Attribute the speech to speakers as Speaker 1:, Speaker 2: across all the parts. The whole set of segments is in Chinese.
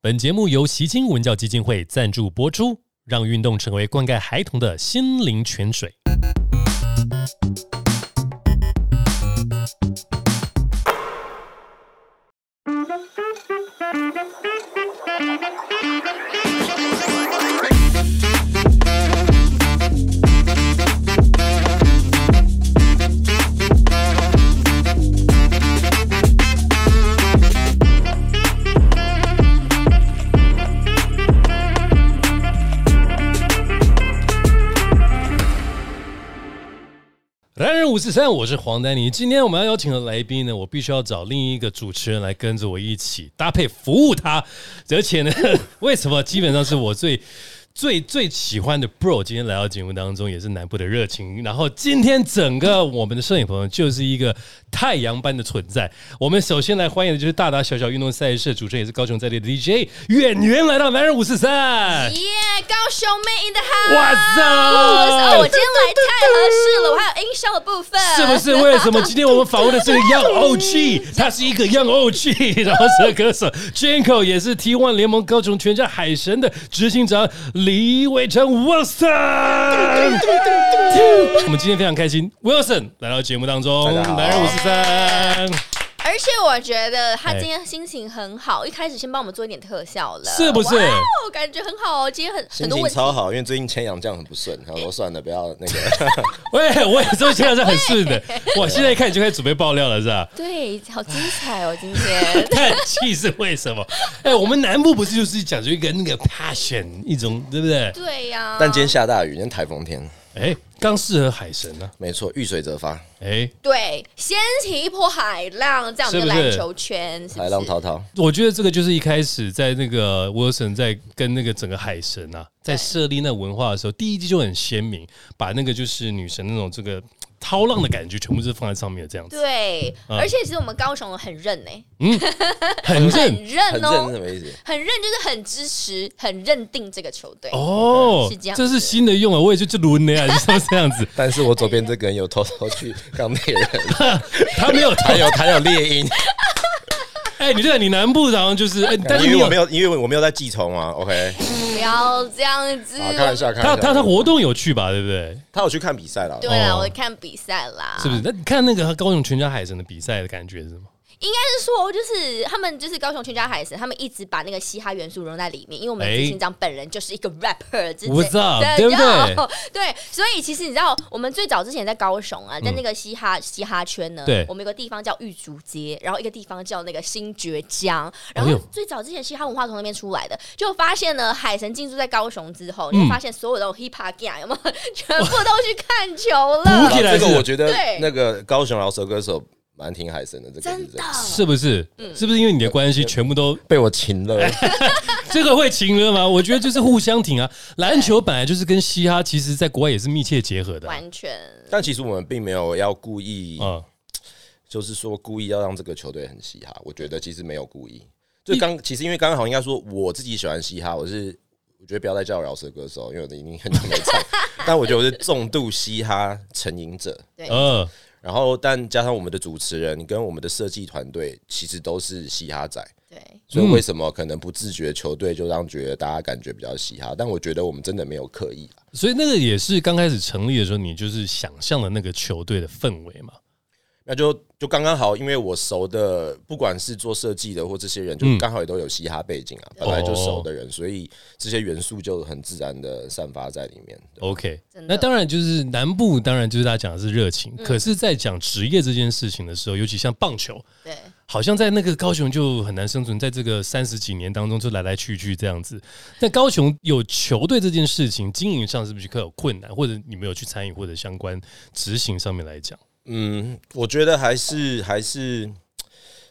Speaker 1: 本节目由习清文教基金会赞助播出，让运动成为灌溉孩童的心灵泉水。来人五四三，我是黄丹妮。今天我们要邀请的来宾呢，我必须要找另一个主持人来跟着我一起搭配服务他。而且呢， 为什么基本上是我最最最喜欢的 Bro，今天来到节目当中也是南部的热情。然后今天整个我们的摄影朋友就是一个太阳般的存在。我们首先来欢迎的就是大大小小运动赛事主持人，也是高雄在地的 DJ 远源来到男人五四三。
Speaker 2: 耶高雄妹 in the house！
Speaker 1: 哇塞
Speaker 2: 哦，我今天来太合适了，我还有音效的部分，
Speaker 1: 是不？是为什么今天我们访问的是个 Young OG，他是一个 Young OG 饶舌歌手 j a n k o 也是 T1 联盟高雄全战海神的执行长李伟成 Wilson。我们今天非常开心，Wilson 来到节目当中，
Speaker 3: 大家好
Speaker 1: 男人五十三，
Speaker 2: 而且我觉得他今天心情很好，一开始先帮我们做一点特效了，
Speaker 1: 是不是
Speaker 2: 哇哦，感觉很好哦，今天很很
Speaker 3: 心
Speaker 2: 多
Speaker 3: 情
Speaker 2: 问题。哎
Speaker 3: 超好，因为最近牵羊这样很不顺，他说算了，不要 那个，
Speaker 1: 喂，我也说现在是很顺的，哇，现在一看你就开始准备爆料了是吧？
Speaker 2: 对，好精彩哦！今天
Speaker 1: 叹气是为什么？哎、我们南部不是就是讲究一个那个 passion 一种，对不对？
Speaker 2: 对呀，
Speaker 3: 但今天下大雨，今天台风天，
Speaker 1: 哎、刚适合海神呢、
Speaker 3: 没错，遇水则发，
Speaker 1: 啊，哎、
Speaker 2: 对掀起一波海浪，这样我们的
Speaker 1: 是不是
Speaker 2: 篮球圈是不是
Speaker 3: 海浪滔滔，
Speaker 1: 我觉得这个就是一开始在那个 Wilson 在跟那个整个海神啊，在设立那文化的时候，第一季就很鲜明，把那个就是女神那种这个涛浪的感觉，全部是放在上面这样子，
Speaker 2: 对，
Speaker 1: 嗯
Speaker 2: 而且其实我们高雄人很认呢，
Speaker 1: 很
Speaker 2: 很
Speaker 1: 认
Speaker 3: 很
Speaker 2: 认
Speaker 3: 正
Speaker 2: 哦
Speaker 3: 是，什么意思？
Speaker 2: 很认就是很支持，很认定这个球队。
Speaker 1: 哦，
Speaker 2: 是这样子
Speaker 1: 是新的用啊，我也就这轮的呀，就是这样子，
Speaker 3: 但是我左边这个人有偷偷去 刚猎人，
Speaker 1: 他没有
Speaker 3: 还
Speaker 1: 台，
Speaker 3: 有还有猎 鹰，
Speaker 1: 哎，你对，你南部好像就是，哎，但是
Speaker 3: 因
Speaker 1: 你
Speaker 3: 为我
Speaker 1: 有
Speaker 3: 没。有，因为我没有在记仇嘛，OK，
Speaker 2: 不要这样子。
Speaker 3: 好，开玩笑，开玩
Speaker 1: 他
Speaker 3: 笑，
Speaker 1: 他他活动有去吧，对不对？
Speaker 3: 他有去看比赛了，
Speaker 2: 对啦，
Speaker 1: 哦
Speaker 2: 我看比赛啦，
Speaker 1: 是不是？那你看那个高雄全家海神的比赛的感觉是吗？
Speaker 2: 应该是说，就是他们就是高雄全家海神，他们一直把那个嘻哈元素融在里面，因为我们
Speaker 1: 哎
Speaker 2: 执行长本人就是一个 rapper，之前
Speaker 1: What's up，对
Speaker 2: 对
Speaker 1: 不
Speaker 2: 要 对，所以其实你知道，我们最早之前在高雄啊，在那个嘻哈、嘻哈圈呢，
Speaker 1: 嗯对
Speaker 2: 我们有个地方叫玉竹街，然后一个地方叫那个新爵江，
Speaker 1: 哎
Speaker 2: 然后
Speaker 1: 呦
Speaker 2: 最早之前嘻哈文化从那边出来的，就发现呢，海神进驻在高雄之
Speaker 1: 嗯
Speaker 2: 后，你会发现所有的 hip hop gang 有没有全部都去看球
Speaker 1: 不
Speaker 2: 了？
Speaker 1: 起来
Speaker 3: 这
Speaker 1: 是
Speaker 3: 个我觉得
Speaker 2: 对
Speaker 3: 那个高雄饶舌歌手蛮挺海神的，这个是
Speaker 2: 真
Speaker 3: 这
Speaker 2: 的
Speaker 3: 样。
Speaker 1: 是不是？是不是因为你的关系，全部都
Speaker 3: 被我擒了，
Speaker 1: 这个会情歌吗？我觉得就是互相挺啊。篮球本来就是跟嘻哈，其实在国外也是密切结合的啊。
Speaker 2: 完全
Speaker 3: 但其实我们并没有要故意
Speaker 1: 嗯，
Speaker 3: 就是说故意要让这个球队很嘻哈，我觉得其实没有故意。就刚其实因为刚好应该说我自己喜欢嘻哈，我是我觉得不要再叫我饶舌歌手，因为我已经很久没唱。但我觉得我是重度嘻哈成瘾者。
Speaker 2: 对。
Speaker 1: 呃，
Speaker 3: 然后，但加上我们的主持人跟我们的设计团队，其实都是嘻哈仔，
Speaker 2: 对
Speaker 3: 所以为什么可能不自觉球队就让觉得大家感觉比较嘻哈？但我觉得我们真的没有刻意啊，
Speaker 1: 所以那个也是刚开始成立的时候，你就是想象的那个球队的氛围嘛。
Speaker 3: 那就就刚刚好，因为我熟的，不管是做设计的或这些人，就刚好也都有嘻哈背景啊，本来就熟的人，所以这些元素就很自然的散发在里面。
Speaker 1: OK，
Speaker 2: 真的嗯
Speaker 1: 那当然就是南部，当然就是大家讲的是热情，可是，在讲职业这件事情的时候，尤其像棒球，
Speaker 2: 对
Speaker 1: 好像在那个高雄就很难生存，在这个三十几年当中就来来去去这样子。那高雄有球队这件事情经营上是不是更有困难，或者你没有去参与，或者相关执行上面来讲？
Speaker 3: 嗯，我觉得还是还是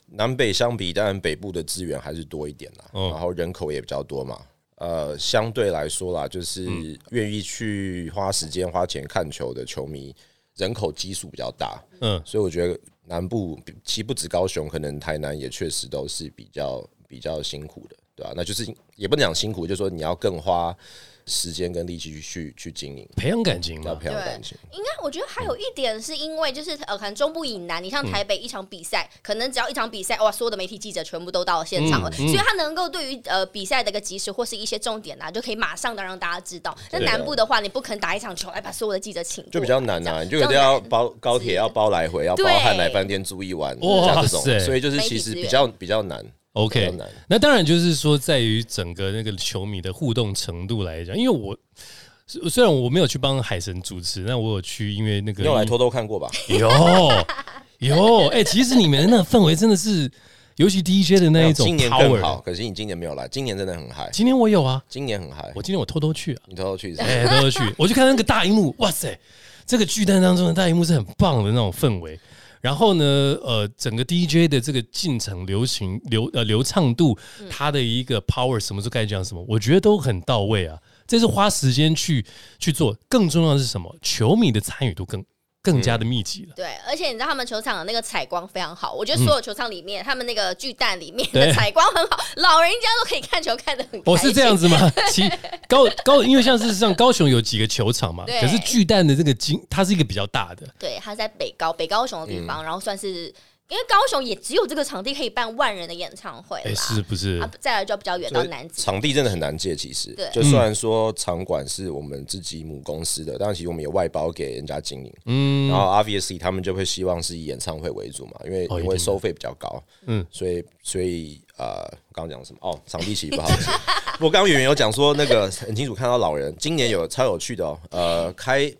Speaker 3: 南北相比，当然北部的资源还是多一点啦，
Speaker 1: 嗯
Speaker 3: 然后人口也比较多嘛。呃，相对来说啦，
Speaker 1: 嗯
Speaker 3: 就是愿意去花时间花钱看球的球迷，人口基数比较大，
Speaker 1: 嗯，
Speaker 3: 所以我觉得南部其实不止高雄，可能台南也确实都是比较比较辛苦的。对吧、那就是也不能讲辛苦，就是说你要更花时间跟力气去去去经营，
Speaker 1: 培养感情
Speaker 3: 要
Speaker 1: 嘛，
Speaker 3: 培养
Speaker 2: 对
Speaker 3: 感情。
Speaker 2: 应该我觉得还有一点是因为就是呃，可能中部以南，
Speaker 1: 嗯
Speaker 2: 你像台北一场比赛，可能只要一场比赛，哇，所有的媒体记者全部都到了现场了，
Speaker 1: 嗯嗯
Speaker 2: 所以他能够对于呃比赛的一个及时或是一些重点啊，就可以马上的让大家知道。那
Speaker 3: 对
Speaker 2: 南部的话，你不肯打一场球，哎，把所有的记者请过来，
Speaker 3: 就比较难呐、
Speaker 2: 这样
Speaker 3: 你就有的
Speaker 2: 哦比
Speaker 3: 要
Speaker 2: 较难
Speaker 3: 包高铁，要包来回，要包
Speaker 2: 对
Speaker 3: 汉来饭店住一晚，
Speaker 1: 哇
Speaker 3: 像这
Speaker 1: 塞
Speaker 3: 种，所以就是其实比较比较难。比
Speaker 1: OK，
Speaker 3: 较难
Speaker 1: 那当然就是说，在于整个那个球迷的互动程度来讲，因为我虽虽然我没有去帮海神主持，那我有去，因为那个
Speaker 3: 你有来偷偷看过吧？
Speaker 1: 有有哎、其实你们那个氛围真的是，尤其 DJ 的那一种
Speaker 3: 今年更好，
Speaker 1: power。
Speaker 3: 可惜你今年没有来，今年真的很嗨，
Speaker 1: 今天我有啊，
Speaker 3: 今年很嗨
Speaker 1: 我。今天我偷偷去啊，
Speaker 3: 你偷偷去一次，
Speaker 1: 哎、偷偷去，我就看那个大荧幕，哇塞，这个巨蛋当中的大荧幕是很棒的那种氛围。然后呢，呃，整个 DJ 的这个进程流行流呃流畅度，
Speaker 2: 嗯
Speaker 1: 它的一个 power 什么时候该讲什么，我觉得都很到位啊。这是花时间去去做，更重要的是什么？球迷的参与度更更加的密集了。
Speaker 2: 对，而且你知道他们球场的那个采光非常好，我觉得所有球场里面，他们那个巨蛋里面
Speaker 1: 嗯对
Speaker 2: 的采光很好，老人家都可以看球看得很开心。
Speaker 1: 我、哦是这样子吗？其高高，因为像是像高雄有几个球场嘛，
Speaker 2: 对
Speaker 1: 可是巨蛋的这个金，它是一个比较大的，
Speaker 2: 对，他在北高北高雄的地
Speaker 1: 嗯
Speaker 2: 方，然后算是因为高雄也只有这个场地可以办万人的演唱会
Speaker 1: 哎、
Speaker 2: 啦，
Speaker 1: 是不是？
Speaker 2: 啊，再来就比较远到南子，
Speaker 3: 场地真的很难借。其实
Speaker 2: 对，
Speaker 3: 就虽然说场馆是我们自己母公司的，但其实我们也外包给人家经营。嗯，然后 obviously 他们就会希望是以演唱会为主嘛，因
Speaker 1: 哦
Speaker 3: 为
Speaker 1: 一定的
Speaker 3: 因为收费比较高。
Speaker 1: 嗯
Speaker 3: 嗯，所以所以呃，我刚刚讲什么？哦，场地起不好意思。 我刚刚远远有讲说那个很清楚看到老人，今年有超有趣的哦。呃，开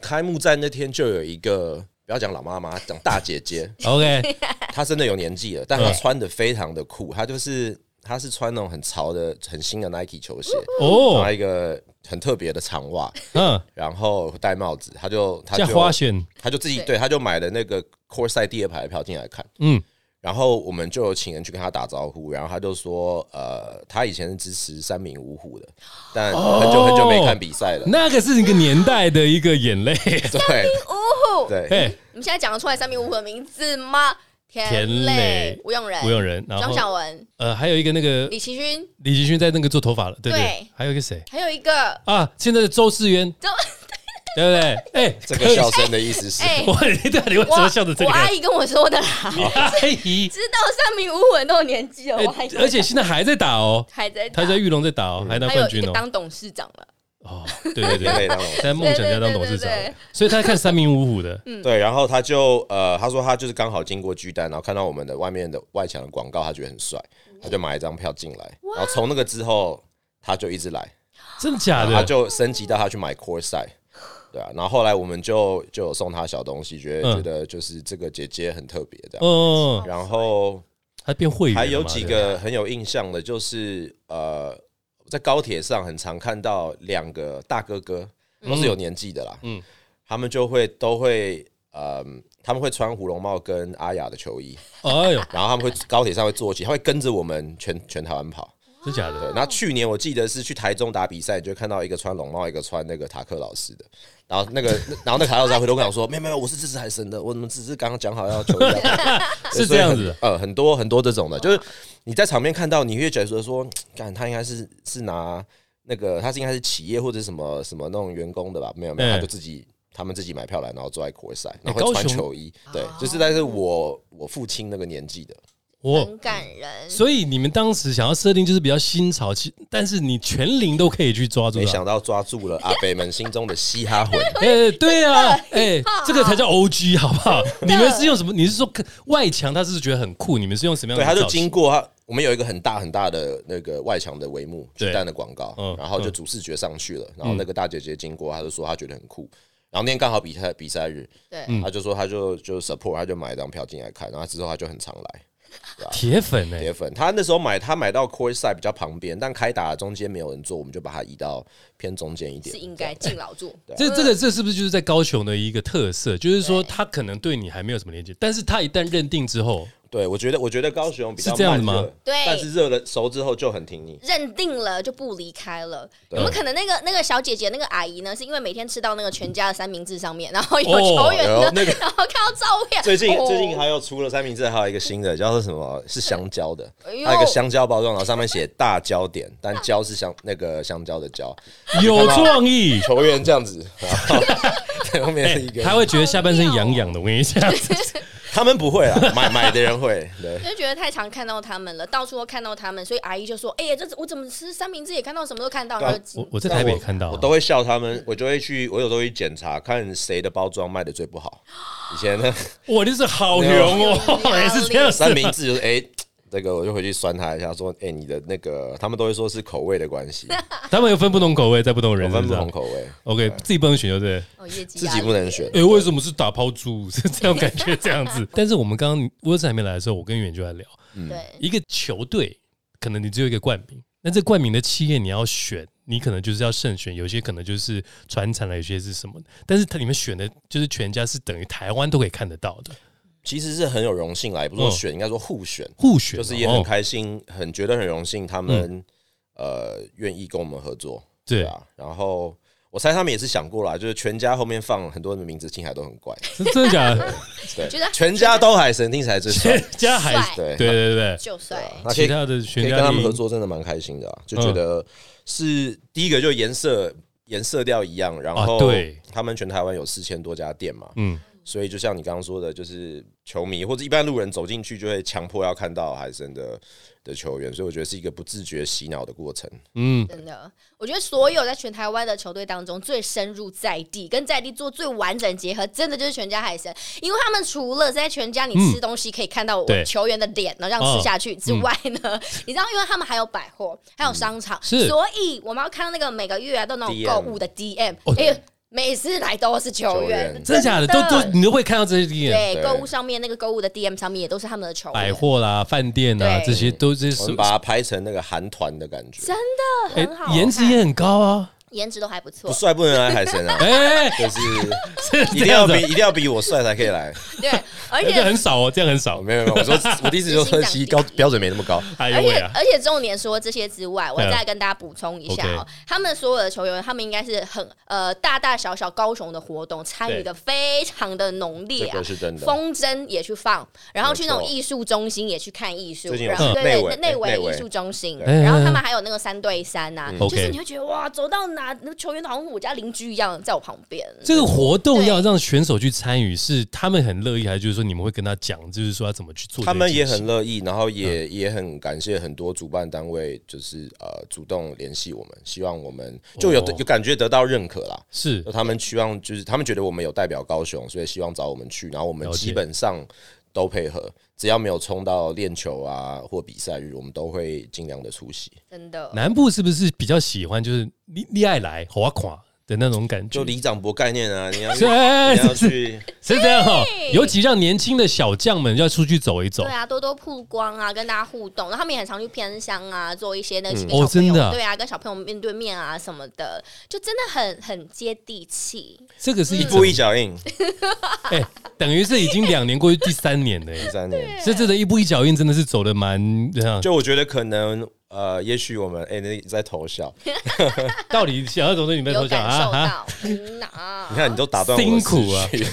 Speaker 3: 开幕战那天就有一个。不要讲老妈妈，讲大姐 姐，
Speaker 1: OK，
Speaker 3: 她真的有年纪了，但她穿的非常的酷，她就是她是穿那种很潮的、很新的 Nike 球鞋，然后
Speaker 1: 哦，
Speaker 3: 一个很特别的长袜，
Speaker 1: 嗯，
Speaker 3: 然后戴帽子，他就他
Speaker 1: 像花
Speaker 3: 就
Speaker 1: 选，
Speaker 3: 他就自己
Speaker 2: 对
Speaker 3: 对，他就买了那个 Core 赛第二排的票进来看，
Speaker 1: 嗯，
Speaker 3: 然后我们就有请人去跟他打招呼，然后他就说，呃，他以前是支持三名五虎的，但很久很久没看比赛了，
Speaker 1: 哦那个是一个年代的一个眼泪。
Speaker 3: 对
Speaker 2: 呜呼！
Speaker 3: 对，
Speaker 1: 嘿，
Speaker 2: 你们现在讲得出来三名五虎的名字吗？
Speaker 1: 田
Speaker 2: 田
Speaker 1: 磊
Speaker 2: 磊、吴永仁、
Speaker 1: 吴永仁，然
Speaker 2: 张
Speaker 1: 后
Speaker 2: 小文、
Speaker 1: 呃，还有一个那个
Speaker 2: 李奇勋，
Speaker 1: 李奇勋在那个做头发了，对不对
Speaker 2: 对？
Speaker 1: 还有一个谁
Speaker 2: 还有一 个
Speaker 1: 啊？现在的周世渊，
Speaker 2: 周
Speaker 1: 对不对？哎，
Speaker 3: 这
Speaker 1: 可
Speaker 3: 个笑 声的意思是，
Speaker 2: 哎，
Speaker 1: 我你对啊你为什么笑的这
Speaker 2: 我
Speaker 1: 个？
Speaker 2: 阿姨跟我 说 的啦，
Speaker 1: 你阿姨，
Speaker 2: 知道三名五虎人都有年纪了，
Speaker 1: 哎
Speaker 2: 我还
Speaker 1: 而且现在还在打哦，
Speaker 2: 还在打
Speaker 1: 他在玉龙在打
Speaker 3: 嗯
Speaker 1: 哦，还拿
Speaker 2: 还有
Speaker 1: 冠
Speaker 2: 一
Speaker 1: 军
Speaker 2: 个
Speaker 1: 哦。
Speaker 2: 当董事长了，
Speaker 1: 哦，对对
Speaker 3: 眼泪
Speaker 1: 对，
Speaker 3: 当中。
Speaker 1: 在梦想家当董事长
Speaker 2: 对对对对对，嗯
Speaker 1: 所以他看三名五虎的，
Speaker 3: 对，然后他就呃，他说他就是刚好经过巨蛋，然后看到我们的外面的外墙的广告，他觉得很帅，他就买一张票进来。然后从那个之后，他就一直来，
Speaker 1: 真的假
Speaker 3: 然后他
Speaker 1: 的？
Speaker 3: 就升级到他去买 Core 赛，对啊。然后后来我们就就有送他小东西，觉
Speaker 1: 嗯
Speaker 3: 得、觉得就是这个姐姐很特别这样。
Speaker 1: 哦，
Speaker 3: 然后
Speaker 1: 他变会员了嘛
Speaker 3: 还有几个很有印象的，就是呃，在高铁上很常看到两个大哥哥，都是有年纪的啦，
Speaker 1: 嗯
Speaker 3: 嗯，他们就会都会，呃，他们会穿胡龙帽跟阿雅的球衣，
Speaker 1: 对不对哎呦，
Speaker 3: 然后他们会高铁上会坐起，他会跟着我们全全台湾跑。
Speaker 1: 真假
Speaker 3: 对
Speaker 1: 的？，
Speaker 3: 那去年我记得是去台中打比赛，你就会看到一个穿龙帽，一个穿那个塔克老师的。然后那个，然后那个塔克老师回头跟我说：“没有没有，我是支持海神的，我们只是刚刚讲好要球衣要打。”对
Speaker 1: 是这样子
Speaker 3: 所以
Speaker 1: 的
Speaker 3: 很呃，很多很多这种的，就是你在场边看到，你会觉得说说，干他应该是是拿那个，他是应该是企业或者什么什么那种员工的吧？没有没有，
Speaker 1: 哎
Speaker 3: 他就自己。他们自己买票来，然后坐在国赛，然后
Speaker 1: 高
Speaker 3: 会穿
Speaker 1: 雄
Speaker 3: 球衣，对，就是但是我我父亲那个年纪的，
Speaker 1: 我
Speaker 2: 很感人。
Speaker 1: 哦所以你们当时想要设定就是比较新潮，其但是你全龄都可以去抓住啊
Speaker 3: 没
Speaker 1: 它。
Speaker 3: 想到抓住了阿北们心中的嘻哈魂，
Speaker 1: 哎、对啊，哎、这个才叫 O G 好不好？你们是用什么？你是说外墙他是觉得很酷，你们是用什么样的
Speaker 3: 对，
Speaker 1: 造
Speaker 3: 他
Speaker 1: 型？
Speaker 3: 就经过他，我们有一个很大很大的那个外墙的帷幕，
Speaker 1: 对
Speaker 3: 巨蛋的广告
Speaker 1: 嗯，
Speaker 3: 然后就主视觉上去了，然后那个大姐姐经过，她就说她觉得很酷。然后那天刚好比赛比赛日，
Speaker 2: 对，
Speaker 1: 嗯
Speaker 3: 她就说她就就 support，她就买一张票进来看，然后之后她就很常来
Speaker 1: 铁粉哎、
Speaker 3: 铁粉。她那时候买，她买到 core side 比较旁边，但开打中间没有人坐，我们就把它移到偏中间一点
Speaker 2: 是。应该敬老助。
Speaker 1: 这这个这是不是就是在高雄的一个特色？就是说他可能对你还没有什么连接，但是他一旦认定之后，
Speaker 3: 对，我觉得我觉得高雄比较
Speaker 1: 是这样
Speaker 3: 慢
Speaker 1: 的吗
Speaker 3: 热
Speaker 2: 对
Speaker 3: 但是热了熟之后就很挺你。
Speaker 2: 认定了就不离开了。
Speaker 3: 对
Speaker 2: 有没有可能那个那个小姐姐那个阿姨呢，是因为每天吃到那个全家的三明治上面，然后有
Speaker 1: 哦
Speaker 2: 球员
Speaker 3: 有
Speaker 2: 的，
Speaker 3: 那个
Speaker 2: 然后看到照片，
Speaker 3: 最近、
Speaker 2: 哦
Speaker 3: 最近还有出了三明治，还有一个新的叫做什么？是香蕉的，
Speaker 2: 哎
Speaker 3: 还
Speaker 2: 呦
Speaker 3: 有一个香蕉包装，然后上面写大焦点，但蕉是香那个香蕉的蕉。
Speaker 1: 有创 意。
Speaker 3: 球员这样子，然后对后面是一个，
Speaker 1: 哎他会觉得下半身痒痒的，我跟你讲，
Speaker 3: 他们不会 啊，买买的人会，对，
Speaker 2: 就觉得太常看到他们了，到处都看到他们，所以阿姨就说：“哎、呀，这我怎么吃三明治也看到，什么都看到。”然后就
Speaker 1: 我我在台北看到
Speaker 3: 啊
Speaker 1: 啊
Speaker 3: 我都会笑他们，我就会去，我有时候会去检查看谁的包装卖的最不好。以前 呢，
Speaker 1: 我就是好牛哦，
Speaker 2: 没有
Speaker 1: 也是这样子
Speaker 3: 三明治就是哎、这个我就回去酸他一下，说哎、你的那个，他们都会说是口味的关系，
Speaker 1: 他们有分不同口味，哦在不同人
Speaker 3: 我分
Speaker 1: 身
Speaker 3: 不
Speaker 1: 上
Speaker 3: 同。口味，
Speaker 1: OK，自己不能选，对不对？
Speaker 2: 哦，业绩
Speaker 3: 自
Speaker 2: 压
Speaker 3: 己
Speaker 2: 力
Speaker 3: 不能选。
Speaker 1: 哎、为什么是打抛猪？ 是这种感觉，这样 子。但是我们刚刚威斯还没来的时候，我跟远就在聊，
Speaker 2: 对，
Speaker 1: 一个球队可能你只有一个冠名，那这冠名的企业你要选，你可能就是要慎选，有些可能就是传产了，有些是什么的。但是它里面选的就是全家是等于台湾都可以看得到的
Speaker 3: 其实是很有荣幸啦，也不是
Speaker 1: 嗯
Speaker 3: 说选，应该说互选，
Speaker 1: 互选哦，哦
Speaker 3: 就是也很开心，很觉得很荣幸他们呃愿意跟我们合作。
Speaker 1: 嗯对，
Speaker 3: 啊，然后我猜他们也是想过啦，就是全家后面放很多人的名字，听起来都很怪。
Speaker 1: 是 真的假 的？
Speaker 3: 对，
Speaker 2: 觉得
Speaker 3: 全家都海神听起来最 帅。
Speaker 1: 全家还
Speaker 2: 帅
Speaker 3: 对
Speaker 1: 对对对对，
Speaker 2: 就帅，
Speaker 3: 那可
Speaker 1: 其
Speaker 3: 以
Speaker 1: 他的
Speaker 3: 可以
Speaker 1: 全
Speaker 3: 跟
Speaker 1: 家嗯
Speaker 3: 他们合
Speaker 1: 赢
Speaker 3: 作，真的蛮开心的、啊，就觉得是第一个就颜色颜色调一样，然后
Speaker 1: 啊对
Speaker 3: 他们全台湾有四千多家店嘛，
Speaker 1: 嗯，
Speaker 3: 所以就像你刚刚说的，就是球迷或者一般路人走进去就会强迫要看到海神的的球员，所以我觉得是一个不自觉洗脑的过程。
Speaker 1: 嗯，
Speaker 2: 真的，我觉得所有在全台湾的球队当中，最深入在地跟在地做最完整结合，真的就是全家海参，因为他们除了在全家你吃东西可以看到我
Speaker 1: 嗯对嗯
Speaker 2: 球员的脸，然后让吃下去之外呢， 你知道，因为他们还有百货，还有商场，
Speaker 1: 嗯是
Speaker 2: 所以我们要看到那个每个月啊都那种
Speaker 3: DM
Speaker 2: 购物的 DM，
Speaker 1: 哦
Speaker 2: 哎呦，每次来都是球
Speaker 3: 球
Speaker 2: 员
Speaker 3: 员，
Speaker 1: 真的假的？都都你都会看到这些店，
Speaker 2: 对
Speaker 3: 对
Speaker 2: 购物上面那个购物的 DM 上面也都是他们的球员，
Speaker 1: 百货啦、饭店啦，
Speaker 2: 对
Speaker 1: 这些都这些
Speaker 3: 我们把它拍成那个韩团的感觉，
Speaker 2: 真的
Speaker 1: 哎
Speaker 2: 很好看，
Speaker 1: 颜值也很高啊，
Speaker 2: 颜值都还不错
Speaker 3: 不，帅不能来海神 啊，
Speaker 1: 哎、
Speaker 3: 就是
Speaker 1: 是
Speaker 3: 一
Speaker 1: 这
Speaker 3: 定
Speaker 1: 样
Speaker 3: 要
Speaker 1: 子啊
Speaker 3: 比，一定要比我帅才可以来。
Speaker 2: 对，而
Speaker 1: 这
Speaker 2: 且
Speaker 1: 很少哦，这样很
Speaker 3: 哦
Speaker 1: 少。
Speaker 3: 没有没有，我说我第一次就说其实高标准没那么高，
Speaker 1: 哎呦
Speaker 2: 而
Speaker 1: 喂
Speaker 2: 且
Speaker 1: 啊！
Speaker 2: 而且重点说这些之外，我
Speaker 1: 嗯
Speaker 2: 再跟大家补充一下哦、
Speaker 1: OK
Speaker 2: 他们所有的球员，他们应该是很呃大大小小高雄的活动参与的非常的浓烈
Speaker 3: 这
Speaker 2: 啊
Speaker 3: 个。是真的。
Speaker 2: 风筝也去放，然后去那种
Speaker 3: 没错
Speaker 2: 艺术中心也去看艺术，
Speaker 3: 最近有
Speaker 2: 然后
Speaker 3: 嗯
Speaker 2: 对
Speaker 3: 内
Speaker 2: 对
Speaker 3: 围
Speaker 2: 内围
Speaker 3: 内围
Speaker 2: 艺术中心，
Speaker 1: 对
Speaker 2: 然后他们还有那个三对三呐、
Speaker 1: 嗯
Speaker 2: 就是
Speaker 1: OK
Speaker 2: 你会觉得哇，走到哪那球员都好像我家邻居一样在我旁边，
Speaker 1: 这个活动要让选手去参与，是他们很乐意，还是就是说你们会跟他讲，就是说要怎么去做这
Speaker 3: 他
Speaker 1: 件事情？
Speaker 3: 们也很乐意，然后也、
Speaker 1: 嗯
Speaker 3: 也很感谢很多主办单位，就是呃主动联系我们，希望我们就有、
Speaker 1: 哦
Speaker 3: 有感觉得到认可啦。
Speaker 1: 是
Speaker 3: 就他们希望就是他们觉得我们有代表高雄，所以希望找我们去，然后我们
Speaker 1: 了解
Speaker 3: 基本上都配合，只要没有冲到练球啊或比赛日，我们都会尽量的出席。
Speaker 1: 嗯
Speaker 2: 真的
Speaker 1: 南部是不是比较喜欢就是你你爱来我垮的那种感觉？
Speaker 3: 就李长博概 念啊，你要去
Speaker 1: 是哎
Speaker 3: 你要
Speaker 1: 是
Speaker 3: 去
Speaker 1: 是这样哦，尤其让年轻的小将们要出去走一走
Speaker 2: 对。啊，多多曝光啊，跟大家互动，然后他们也很常去偏乡啊，做一些那个、
Speaker 3: 嗯
Speaker 1: 哦真的啊
Speaker 2: 对啊，跟小朋友面对面啊什么的，就真的很很接地气。
Speaker 1: 这个是一
Speaker 3: 一
Speaker 1: 种
Speaker 3: 步一脚印，
Speaker 1: 哎，等于是已经两年过去第三年了耶，
Speaker 3: 第 三年。
Speaker 1: 这真的一步一脚印，真的是走的蛮这 样。
Speaker 3: 就我觉得可能呃，也许我们哎、那在投笑，
Speaker 1: 到底想要怎么对你们
Speaker 2: 有
Speaker 1: 头想
Speaker 2: 感受
Speaker 1: 啊？啊
Speaker 2: 到，嗯啊
Speaker 3: 你看你都打断我
Speaker 1: 辛
Speaker 3: 的
Speaker 1: 苦啊
Speaker 3: 思绪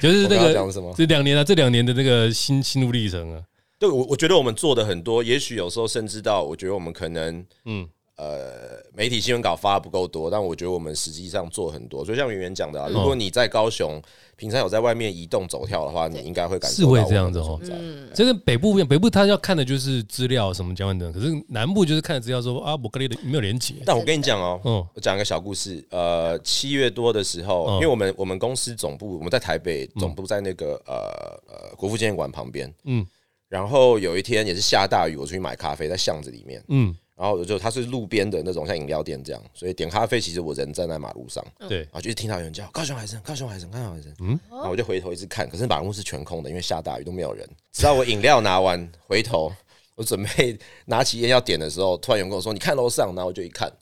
Speaker 1: 就是那
Speaker 3: 我刚
Speaker 1: 个
Speaker 3: 刚讲什么
Speaker 1: 这两年啊，这两年的那个心心路历程啊，
Speaker 3: 对我，我觉得我们做的很多，也许有时候甚至到，我觉得我们可能，
Speaker 1: 嗯
Speaker 3: 嗯，呃，媒体新闻稿发的不够多，但我觉得我们实际上做很多。所以像圆圆讲的、啊，如果
Speaker 1: 嗯
Speaker 3: 你在高雄，平常有在外面移动走跳的话，你应该会感受
Speaker 1: 是会
Speaker 3: 到我
Speaker 1: 这
Speaker 3: 们
Speaker 1: 样子
Speaker 3: 的
Speaker 1: 哦
Speaker 3: 存在。
Speaker 2: 嗯
Speaker 1: 这个北部不一样北部他要看的就是资料什么讲等等，可是南部就是看的资料说啊，我跟你的没有连结。
Speaker 3: 但我跟你讲哦、
Speaker 1: 嗯
Speaker 3: 我讲一个小故事。呃，七月多的时候，
Speaker 1: 嗯
Speaker 3: 因为我们我们公司总部我们在台北，总部在那个、呃呃国父纪念馆旁边，
Speaker 1: 嗯
Speaker 3: 嗯。然后有一天也是下大雨，我出去买咖啡，在巷子里面，
Speaker 1: 嗯，
Speaker 3: 然后我就它是路边的那种像饮料店这样，所以点咖啡其实我人站在马路上，
Speaker 2: 嗯
Speaker 1: 对
Speaker 3: 然，后就听到有人叫高雄海参，高雄海参，高雄海参，嗯，然后我就回头一直看，可是马路是全空的，因为下大雨都没有人。直到我饮料拿完， 回头我准备拿起烟要点的时候，突然有人跟我说：“你看楼上。”然后我就一看，然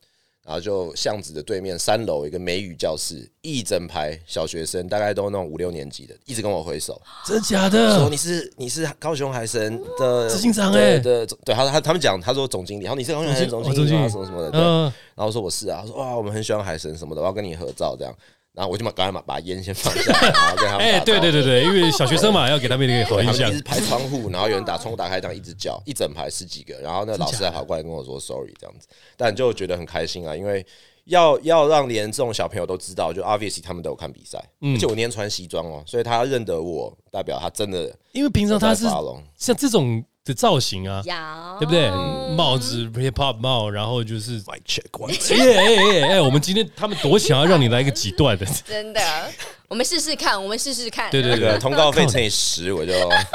Speaker 3: 然后就巷子的对面三楼有一个美语教室，一整排小学生，大概都那种五六年
Speaker 1: 嗯
Speaker 3: 级的，一直跟我挥手，
Speaker 1: 真的假
Speaker 3: 说
Speaker 1: 的
Speaker 3: 你？是你是高雄海神的
Speaker 1: 执行长欸
Speaker 3: 对对对，他他他们讲，他说总经理，然后你是高雄海神
Speaker 1: 总
Speaker 3: 总
Speaker 1: 经
Speaker 3: 经理
Speaker 1: 哦
Speaker 3: 吗？
Speaker 1: 总
Speaker 3: 什
Speaker 1: 经
Speaker 3: 么什么的，对。
Speaker 1: 嗯，
Speaker 3: 然后我说我是啊，他说哇，我们很喜欢海神什么的，我要跟你合照这样。然后我就把赶快把把烟先放下，然后跟他们
Speaker 1: 哎，
Speaker 3: 打
Speaker 1: 对
Speaker 3: 招
Speaker 1: 对
Speaker 3: 呼
Speaker 1: 对对，因为小学生嘛，要给他们一个好
Speaker 3: 他
Speaker 1: 印
Speaker 3: 们
Speaker 1: 象
Speaker 3: 一。直拍窗户，然后有人打窗户打开，这样一直叫，一整排十几个，然后那个老师还跑过来跟我说 sorry 这样子，但就觉得很开心啊，因为要要让连这种小朋友都知道，就 obviously 他们都有看比赛，
Speaker 1: 嗯
Speaker 3: 而且我那天穿西装哦，所以他认得我，代表他真的
Speaker 1: 因为平常他是
Speaker 3: 在发龙
Speaker 1: 像这种的造型啊，
Speaker 2: 呀，嗯
Speaker 1: 对不对？帽子 hip hop 帽，然后就是，
Speaker 3: my check one，
Speaker 1: 哎哎哎哎，我们今天他们多想要让你来一个几段的，
Speaker 2: 真的，我们试试看，我们试试看。
Speaker 1: 对对
Speaker 3: 那
Speaker 1: 对
Speaker 3: 个，通告费乘以十， 我就
Speaker 1: 哎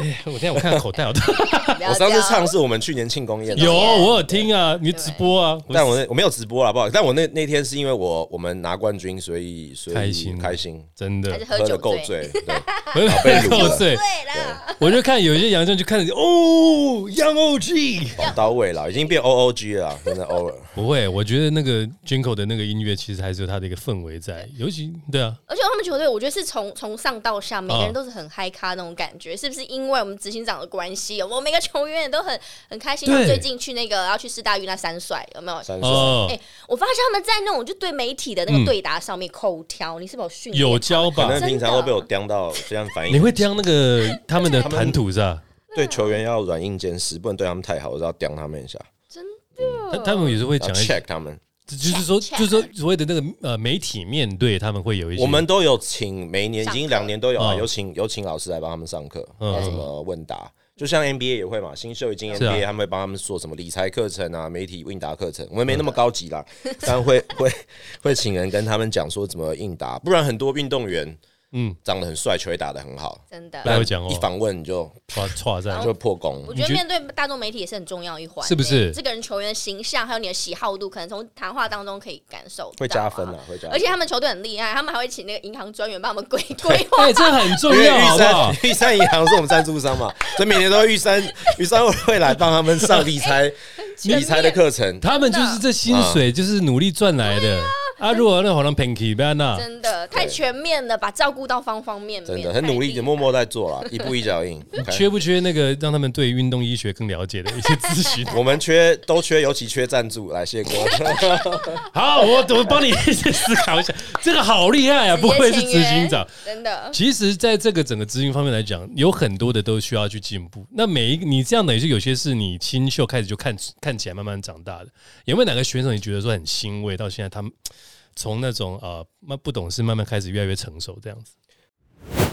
Speaker 1: 哎，我现在我看口袋， 我都
Speaker 2: 不要
Speaker 3: 我
Speaker 2: 这
Speaker 3: 上
Speaker 2: 样，
Speaker 3: 次唱是我们去年庆功宴的
Speaker 1: 有，我有听啊，你直播啊，
Speaker 3: 但我那我没有直播啦，不好意思。但我那那天是因为我我们拿冠军，所以所以
Speaker 1: 开心
Speaker 3: 开心，
Speaker 1: 真
Speaker 2: 还
Speaker 1: 的
Speaker 2: 是喝
Speaker 3: 喝
Speaker 2: 酒
Speaker 3: 的够
Speaker 2: 醉。
Speaker 3: 醉，对，
Speaker 1: 我有
Speaker 3: 被辱
Speaker 1: 扣
Speaker 3: 了
Speaker 1: 碎，
Speaker 2: 对啦，
Speaker 1: 我就看有些杨正就看着哦，Young OG，
Speaker 3: 哦到位了，已经变 O O G 了啦，真的偶尔。
Speaker 1: 不会，我觉得那个 Jingle 的那个音乐其实还是有它的一个氛围在，尤其对啊，
Speaker 2: 而且他们球队，我觉得是从从上到下，每个
Speaker 1: 啊
Speaker 2: 人都是很嗨咖那种感觉，是不是？因为我们执行长的关系，有没有每个球员也都很很开心。
Speaker 1: 对
Speaker 2: 像最近去那个要去师大运那三帅，有没有？
Speaker 3: 三岁，
Speaker 1: 哦
Speaker 2: 哎、，我发现他们在那种就对媒体的那
Speaker 3: 嗯
Speaker 2: 个对答上面口条，你是不是有训练？
Speaker 1: 有教
Speaker 3: 可
Speaker 1: 吧？
Speaker 3: 能平常都被我刁到这样反应。
Speaker 1: 你会刁那个他们的谈吐是吧？
Speaker 3: 对球员要软硬兼施，不能对他们太好，我是要刁他们一下，
Speaker 2: 真
Speaker 1: 他
Speaker 2: 的。
Speaker 3: 嗯
Speaker 1: 他们有时候会
Speaker 3: 要
Speaker 1: 讲一些，
Speaker 3: check 他们。
Speaker 1: 就是说，
Speaker 2: check
Speaker 1: 就是说所谓的那个呃媒体面对他们会有一些，
Speaker 3: 我们都有请，每一年已
Speaker 2: 上
Speaker 3: 经
Speaker 2: 课
Speaker 3: 两年都有啊，
Speaker 1: 嗯
Speaker 3: 有请有请老师来帮他们上课，
Speaker 1: 嗯
Speaker 3: 有什么问答，就像 NBA 也会嘛，新秀一进
Speaker 1: 是啊
Speaker 3: NBA，他们会帮他们做什么理财课程啊、媒体问答课程，我们没那么高级啦，但会会会请人跟他们讲说怎么应答，不然很多运动员
Speaker 1: 嗯，
Speaker 3: 长得很帅，球也打得很好，
Speaker 2: 真的，
Speaker 1: 来我讲哦
Speaker 3: 一访问你就
Speaker 1: 哇，错在
Speaker 3: 你就破功
Speaker 2: 我。觉得
Speaker 1: 你觉
Speaker 2: 面对大众媒体也是很重要一环欸，
Speaker 1: 是不是
Speaker 2: 这个人球员的形象，还有你的喜好度，可能从谈话当中可以感受，
Speaker 3: 会加分。啊，会加分。
Speaker 2: 而且他们球队很厉害，他们还会请那个银行专员帮他们规规 划。
Speaker 1: 哎，这很重
Speaker 3: 因为
Speaker 1: 要，好
Speaker 3: 玉
Speaker 1: 不好
Speaker 3: 山？玉山银行是我们赞助商嘛，所以每年都会玉山玉山会来帮他们上理财
Speaker 2: 全面
Speaker 3: 理财的课程。
Speaker 1: 他们就是这薪水就是努力赚来的啊！如果那好像 Pinky 不要那，
Speaker 2: 真的太全面了，把照顾到方方面面，
Speaker 3: 真的很
Speaker 2: 太
Speaker 3: 努
Speaker 2: 厉
Speaker 3: 力，
Speaker 2: 害
Speaker 3: 默默在做 了，一步一脚印。
Speaker 1: 缺不缺那个让他们对运动医学更了解的一些咨询？
Speaker 3: 我们缺都缺，尤其缺赞助。来， 谢哥，
Speaker 1: 好，我我帮你 思考一下，这个好厉害啊！不愧是
Speaker 2: 直接
Speaker 1: 执
Speaker 2: 签约
Speaker 1: 行长。
Speaker 2: 真的
Speaker 1: 其实，在这个整个执行方面来讲，有很多的都需要去进步。那每一个你这样等于是有些是你新秀开始就看看起来慢慢长大的，有没有哪个选手你觉得说很欣慰？到现在他们从那种呃慢不懂事，慢慢开始越来越成熟这样子。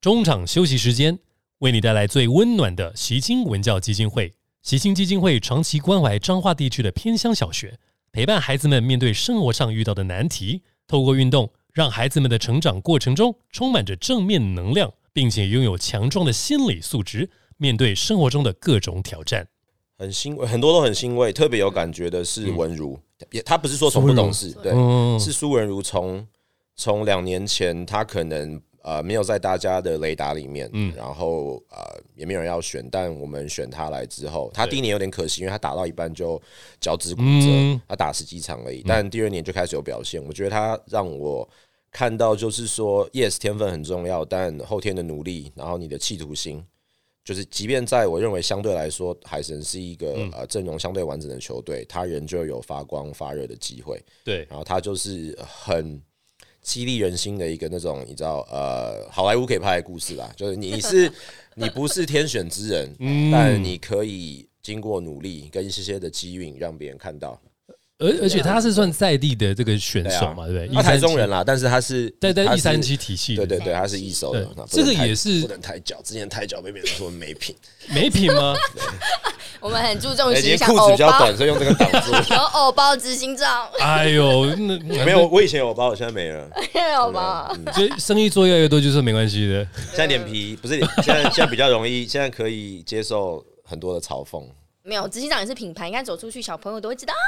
Speaker 1: 中场休息时间，为你带来最温暖的习金文教基金会。习金基金会长期关怀彰化地区的偏乡小学，陪伴孩子们面对生活上遇到的难题，透过运动，让孩子们的成长过程中充满着正面能量，并且拥有强壮的心理素质，面对生活中的各种挑战。
Speaker 3: 很欣慰，很多都很欣慰。特别有感觉的是文如，也他不是说从
Speaker 1: 苏
Speaker 3: 不
Speaker 1: 嗯文如
Speaker 3: 懂事，对，
Speaker 1: 嗯，
Speaker 3: 是苏文如从从两年前，他可能呃没有在大家的雷达里面，
Speaker 1: 嗯
Speaker 3: 然后呃也没有人要选，但我们选他来之后，他
Speaker 1: 对
Speaker 3: 第一年有点可惜，因为他打到一半就脚趾骨折，
Speaker 1: 嗯
Speaker 3: 他打十几场而已，但第二年就开始有表现，我觉得他让我。看到就是说，yes，天分很重要，但后天的努力，然后你的企图心，就是即便在我认为相对来说，海神是一个、
Speaker 1: 嗯
Speaker 3: 呃阵容相对完整的球队，他仍旧有发光发热的机会。
Speaker 1: 对，
Speaker 3: 然后他就是很激励人心的一个那种，你知道，呃，好莱坞可以拍的故事啦，就是你是你不是天选之人，
Speaker 1: 嗯
Speaker 3: 但你可以经过努力跟一些些的机运，让别人看到。
Speaker 1: 而而且他是算在地的这个选手嘛，对不对？
Speaker 3: 啊他台中人
Speaker 1: 了，
Speaker 3: 啦，但是他是
Speaker 1: 在在
Speaker 3: 他
Speaker 1: 一
Speaker 3: 是
Speaker 1: 三七体系的，
Speaker 3: 对对对，他是一手
Speaker 1: 对
Speaker 3: 的，那不
Speaker 1: 这个
Speaker 3: 能太
Speaker 1: 也是
Speaker 3: 不能抬脚，之前抬脚被别人说没品，
Speaker 1: 没品 吗？
Speaker 2: 我们很注重
Speaker 3: 哎，
Speaker 2: 形
Speaker 3: 今天
Speaker 2: 象，
Speaker 3: 裤子
Speaker 2: 偶
Speaker 3: 比较
Speaker 2: 包
Speaker 3: 短，所以用这个挡 住。
Speaker 2: 有偶包执行长，
Speaker 1: 哎呦，那
Speaker 3: 没有，，我以前有包，我现在没了。
Speaker 2: 有吗？
Speaker 3: 嗯
Speaker 1: 所以生意做越来越多，就是没关系的。
Speaker 3: 现在脸皮不是脸，现在现在比较容易，现在可以接受很多的嘲讽。
Speaker 2: 没有，执行长也是品牌，你看走出去，小朋友都会知道啊，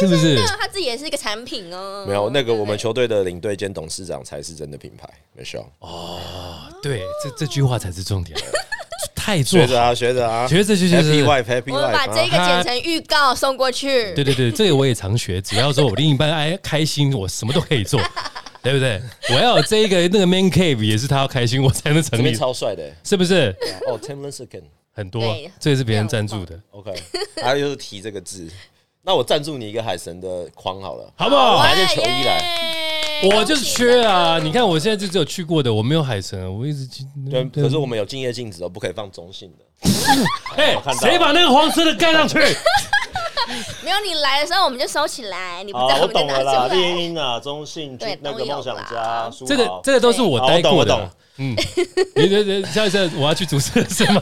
Speaker 1: 是不是？
Speaker 2: 他自己也是一个产品哦。
Speaker 3: 没有，那个我们球队的领队兼董事哦
Speaker 1: 哦
Speaker 3: 长才是真的品牌，没事。
Speaker 1: 对，这这句话才是重点。态做
Speaker 3: 学
Speaker 1: 好
Speaker 3: 着。啊，学着啊，
Speaker 1: 学着学着学
Speaker 3: ，Happy
Speaker 1: 着
Speaker 3: Wife，Happy
Speaker 2: 我们把这
Speaker 3: Wife 啊。
Speaker 2: 个剪成预告送过去。
Speaker 1: 对对对，这个我也常学。只要说我另一半哎开心，我什么都可以做，对不对？我要有这一个那个 man cave 也是他要开心，我才能
Speaker 3: 这
Speaker 1: 成
Speaker 3: 边
Speaker 1: 立，
Speaker 3: 超帅的欸，
Speaker 1: 是不是？
Speaker 3: 哦，Ten l e s a g a i n
Speaker 1: 很多
Speaker 2: 对，
Speaker 1: 这个是别人赞助的，
Speaker 3: OK，还有就是提这个字。那我赞助你一个海神的框好了，
Speaker 1: 好不好？
Speaker 3: 拿一件球衣来，
Speaker 2: 来
Speaker 1: 我就是缺啊！你看我现在就只有去过的，我没有海神，我一直去。
Speaker 3: 对，可是我们有敬业镜子哦，不可以放中性的。
Speaker 1: 哎
Speaker 3: 我看，到了
Speaker 1: 谁把那个黄色的盖上去？
Speaker 2: 没有你来的时候我们就收起来，你不
Speaker 3: 好
Speaker 2: 在
Speaker 3: 啦，啊我
Speaker 2: 们就
Speaker 3: 懂
Speaker 2: 拿
Speaker 3: 了
Speaker 2: 出
Speaker 3: 啦，
Speaker 2: 来。
Speaker 3: 猎鹰啊，中性
Speaker 2: 对，
Speaker 3: 那
Speaker 2: 都
Speaker 3: 个
Speaker 2: 有
Speaker 3: 梦想
Speaker 2: 啦
Speaker 3: 家，书豪
Speaker 1: 这个这个都是我待过
Speaker 3: 好我懂我
Speaker 1: 的
Speaker 3: 懂。
Speaker 1: 嗯，你这这下一次我要去主持了是吗？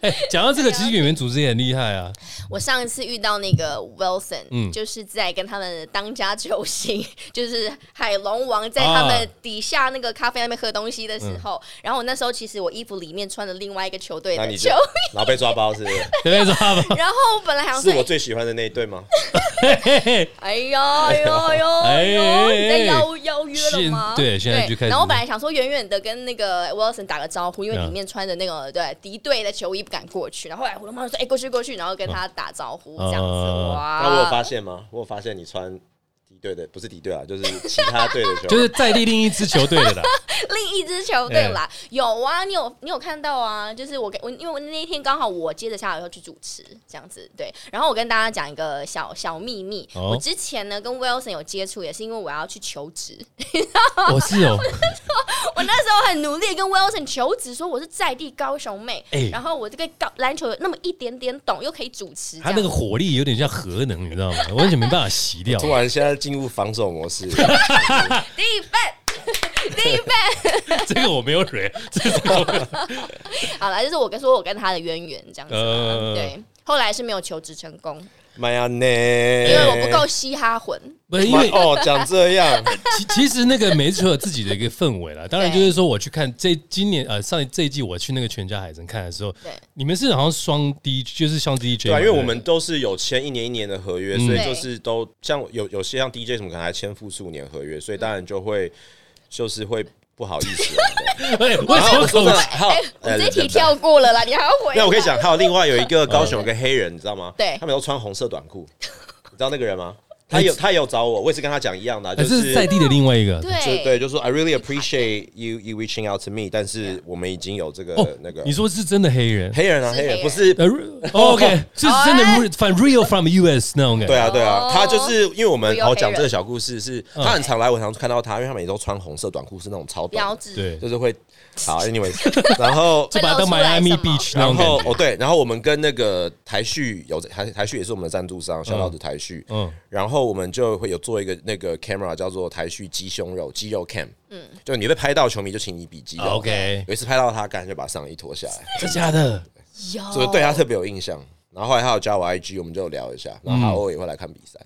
Speaker 1: 哎，讲到这个，其实演员组织也很厉害啊。
Speaker 2: 我上一次遇到那个 Wilson，
Speaker 1: 嗯
Speaker 2: 就是在跟他们的当家球星， 就是海龙王，在他
Speaker 1: 啊
Speaker 2: 们底下那个咖啡那边喝东西的时候，然后我那时候其实我衣服里面穿了另外一个球队
Speaker 3: 嗯那
Speaker 2: 的
Speaker 3: 你
Speaker 2: 球
Speaker 3: 就，然后被抓包是不是？
Speaker 1: 对不对？爸爸，
Speaker 2: 然后我本来想
Speaker 3: 是
Speaker 2: 说，
Speaker 3: 我最喜欢的那一对吗？
Speaker 1: 嘿嘿嘿
Speaker 2: 哎呦哎呦哎呦！
Speaker 1: 哎
Speaker 2: 哎呦你在
Speaker 1: 哎
Speaker 2: 邀邀约了
Speaker 1: 现
Speaker 2: 吗？
Speaker 1: 对现在就开始
Speaker 2: 然后我本来想说远远的跟那个 Wilson 打个招呼，因为
Speaker 1: 嗯
Speaker 2: 里面穿着那个对敌对的球衣不敢过去。然后后来胡龙妈说：“哎，过去过去。”然后跟他打招呼
Speaker 1: 嗯
Speaker 2: 这样子。
Speaker 3: 那我有发
Speaker 2: 哇！
Speaker 3: 现吗？我有发现你穿敌对的，不是敌对啊，就是其他队的 球，
Speaker 1: 就是在地另一支球队的啦。
Speaker 2: 另一支球队啦，
Speaker 1: 哎
Speaker 2: 有啊，你有你有看到啊？就是我跟我，因为我那一天刚好我接着下来要去主持这样子，对。然后我跟大家讲一个小小秘密，
Speaker 1: 哦
Speaker 2: 我之前呢跟 Wilson 有接触，也是因为我要去求职。
Speaker 1: 我是 哦，
Speaker 2: 我那时候很努力地跟 Wilson 求职，说我是在地高雄妹，
Speaker 1: 哎
Speaker 2: 然后我这个高篮球有那么一点点懂，又可以主持，
Speaker 1: 他那个火力有点像核能，你知道吗？完全没办法洗掉。
Speaker 3: 突然现在进入防守模式，
Speaker 2: 第一份，第一份，
Speaker 1: 这个我没有蕊，这是我没有
Speaker 2: 好了，就是我跟说我跟他的渊源这样子嘛，
Speaker 1: 呃
Speaker 2: 对。后来是没有求职成功，
Speaker 3: 妈呀
Speaker 2: 因
Speaker 3: 呢！
Speaker 1: 哎
Speaker 3: 因
Speaker 2: 为我不够嘻哈魂。
Speaker 1: 不是因为
Speaker 3: 哦，讲这 样，
Speaker 1: 其其实那个每一次都有自己的一个氛围啦。当然就是说，我去看这今年呃上一这一季我去那个全家海城看的时候，
Speaker 2: 对
Speaker 1: 你们是好像双 D 就是像 DJ，
Speaker 3: 对啊，
Speaker 1: 嘛
Speaker 3: 因为我们都是有签一年一年的合约，所以
Speaker 2: 对
Speaker 3: 就是都像有有些像 DJ 什么，可能还签复数年合约，所以当然就会就是会不好意思啊。
Speaker 1: 哎 为什么
Speaker 3: 我说真的，
Speaker 1: 口
Speaker 3: 还
Speaker 2: 哎
Speaker 3: 有
Speaker 2: 我
Speaker 3: 呃
Speaker 2: 这题
Speaker 3: 等等
Speaker 2: 跳过了啦，你还要回？
Speaker 3: 那我可以讲，还有另外有一个高雄有个黑人，你知道吗？
Speaker 2: 对
Speaker 3: 他们都穿红色短裤，你知道那个人吗？他有他有找我，我也是跟他讲一样的啊，
Speaker 1: 哎
Speaker 3: 就
Speaker 1: 这
Speaker 3: 是
Speaker 1: 是在地的另外一个。
Speaker 3: 就
Speaker 2: 对
Speaker 3: 对，就说 I really appreciate you you reaching out to me，但是我们已经有这个
Speaker 1: 哦
Speaker 3: 呃那个
Speaker 1: 你说是真的黑人？
Speaker 3: 黑人啊，
Speaker 2: 是
Speaker 3: 黑
Speaker 2: 黑
Speaker 3: 人
Speaker 2: 人
Speaker 3: 不是
Speaker 1: 呃哦，OK，是真的 from real from US 那种感觉。
Speaker 3: 对啊，对啊
Speaker 2: 哦，
Speaker 3: 他就是因为我们
Speaker 2: 不要
Speaker 3: 哦
Speaker 2: 黑
Speaker 3: 讲这个
Speaker 2: 人
Speaker 3: 小故事是，他很常来，我常看到他，因为他每都穿红色短裤，是那种超短
Speaker 2: 标
Speaker 3: 的，
Speaker 2: 志，
Speaker 1: 对，
Speaker 3: 就是会好 anyway，然后
Speaker 1: 就把它当
Speaker 2: 会露出来
Speaker 1: Miami
Speaker 2: 什么
Speaker 1: Beach 那
Speaker 3: 然
Speaker 1: 种感
Speaker 3: 后
Speaker 1: 觉。
Speaker 3: 哦对，然后我们跟那个台旭有台台旭也是我们的赞助商，小到的台旭，
Speaker 1: 嗯，
Speaker 3: 然后我们就会有做一个那个 camera 叫做台旭鸡胸肉肌肉 cam，嗯，就你被拍到球迷就请你比肌肉
Speaker 1: 啊 OK
Speaker 3: 有一次拍到他，干就把上衣脱下来，
Speaker 1: 真假的？
Speaker 2: 有
Speaker 3: 所以
Speaker 1: 啊
Speaker 3: 对他特别有印象。然后后来他有加我 IG，我们就聊一下，然后他偶尔也会来看比赛。